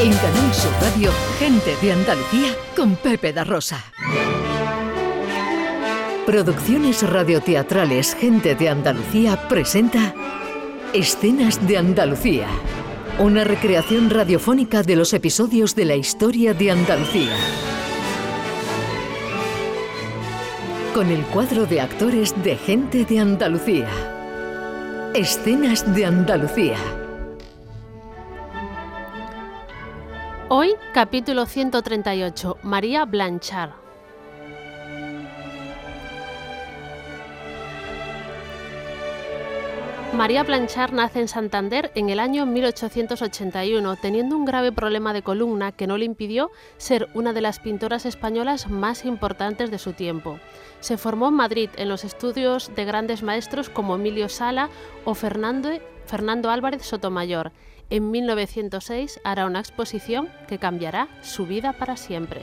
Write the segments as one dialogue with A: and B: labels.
A: En Canal Sur Radio, gente de Andalucía con Pepe da Rosa. Producciones radioteatrales Gente de Andalucía presenta Escenas de Andalucía. Una recreación radiofónica de los episodios de la historia de Andalucía. Con el cuadro de actores de Gente de Andalucía. Escenas de Andalucía.
B: Hoy, capítulo 138, María Blanchard. María Blanchard nace en Santander en el año 1881, teniendo un grave problema de columna que no le impidió ser una de las pintoras españolas más importantes de su tiempo. Se formó en Madrid en los estudios de grandes maestros como Emilio Sala o Fernando, Fernando Álvarez Sotomayor en 1906 hará una exposición que cambiará su vida para siempre.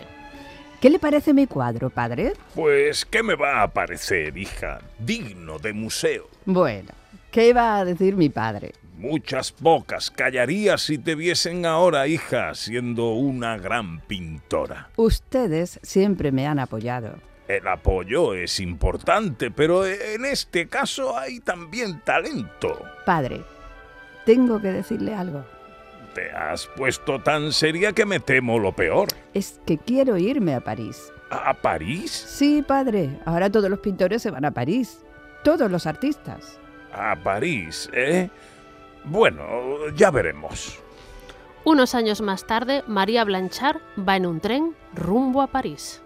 C: ¿Qué le parece mi cuadro, padre?
D: Pues, ¿qué me va a parecer, hija? Digno de museo.
C: Bueno, ¿qué iba a decir mi padre?
D: Muchas pocas callarías si te viesen ahora, hija, siendo una gran pintora.
C: Ustedes siempre me han apoyado.
D: El apoyo es importante, pero en este caso hay también talento.
C: Padre, tengo que decirle algo.
D: Te has puesto tan seria que me temo lo peor.
C: Es que quiero irme a París.
D: ¿A París?
C: Sí, padre. Ahora todos los pintores se van a París. Todos los artistas.
D: A París, ¿eh? Bueno, ya veremos.
B: Unos años más tarde, María Blanchard va en un tren rumbo a París.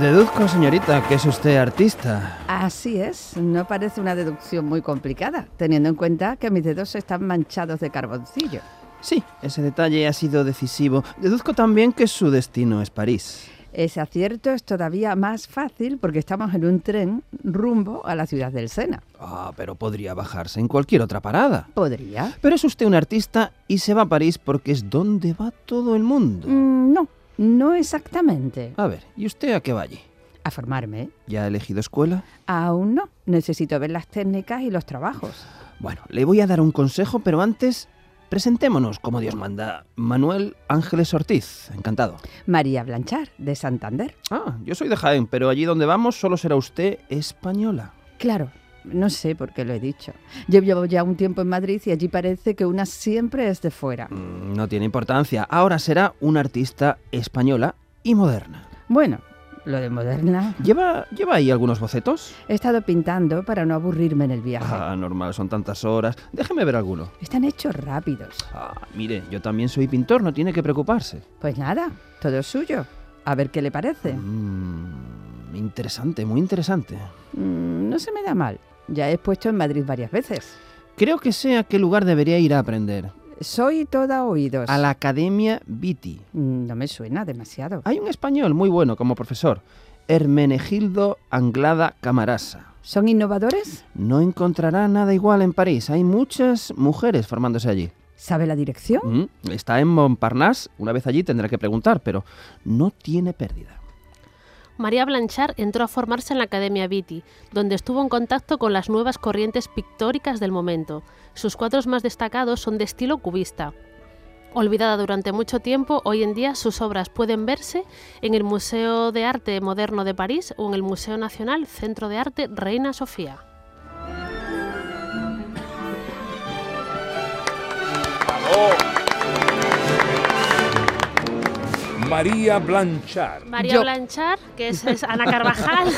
E: Deduzco, señorita, que es usted artista.
C: Así es, no parece una deducción muy complicada, teniendo en cuenta que mis dedos están manchados de carboncillo.
E: Sí, ese detalle ha sido decisivo. Deduzco también que su destino es París.
C: Ese acierto es todavía más fácil porque estamos en un tren rumbo a la ciudad del Sena.
E: Ah, pero podría bajarse en cualquier otra parada.
C: Podría.
E: Pero es usted un artista y se va a París porque es donde va todo el mundo.
C: Mm, no, no exactamente.
E: A ver, ¿y usted a qué va allí?
C: A formarme.
E: ¿Ya ha elegido escuela?
C: Aún no. Necesito ver las técnicas y los trabajos.
E: Bueno, le voy a dar un consejo, pero antes presentémonos como Dios manda. Manuel Ángeles Ortiz, encantado.
C: María Blanchard, de Santander.
E: Ah, yo soy de Jaén, pero allí donde vamos solo será usted española.
C: Claro, no sé por qué lo he dicho. Yo llevo ya un tiempo en Madrid y allí parece que una siempre es de fuera.
E: Mm, No tiene importancia. Ahora será una artista española y moderna.
C: Bueno, lo de moderna.
E: ¿Lleva, lleva ahí algunos bocetos?
C: He estado pintando para no aburrirme en el viaje.
E: Ah, normal, son tantas horas. Déjeme ver alguno.
C: Están hechos rápidos.
E: Ah, mire, yo también soy pintor, no tiene que preocuparse.
C: Pues nada, todo es suyo. A ver qué le parece.
E: Mm, interesante, muy interesante.
C: Mm, no se me da mal. Ya he expuesto en Madrid varias veces.
E: Creo que sé a qué lugar debería ir a aprender.
C: Soy toda oídos.
E: A la Academia Viti.
C: Mm, No me suena demasiado.
E: Hay un español muy bueno como profesor, Hermenegildo Anglada Camarasa.
C: ¿Son innovadores?
E: No encontrará nada igual en París. Hay muchas mujeres formándose allí.
C: ¿Sabe la dirección?
E: Mm, Está en Montparnasse. Una vez allí tendrá que preguntar, pero no tiene pérdida.
B: María Blanchard entró a formarse en la Academia Viti, donde estuvo en contacto con las nuevas corrientes pictóricas del momento. Sus cuadros más destacados son de estilo cubista. Olvidada durante mucho tiempo, hoy en día sus obras pueden verse en el Museo de Arte Moderno de París o en el Museo Nacional Centro de Arte Reina Sofía.
D: María Blanchard.
B: María
C: Yo-
B: Blanchard, que es, es Ana Carvajal,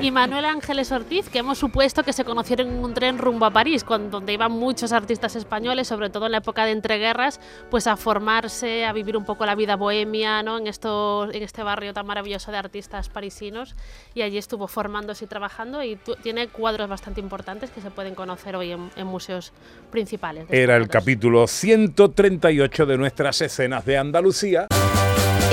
B: y Manuel Ángeles Ortiz, que hemos supuesto que se conocieron en un tren rumbo a París, con- donde iban muchos artistas españoles, sobre todo en la época de entreguerras, pues a formarse, a vivir un poco la vida bohemia, ¿no? En, esto, en este barrio tan maravilloso de artistas parisinos, y allí estuvo formándose y trabajando, y tu- tiene cuadros bastante importantes que se pueden conocer hoy en, en museos principales. de
D: Era el
B: España.
D: capítulo 138 de nuestras escenas de Andalucía.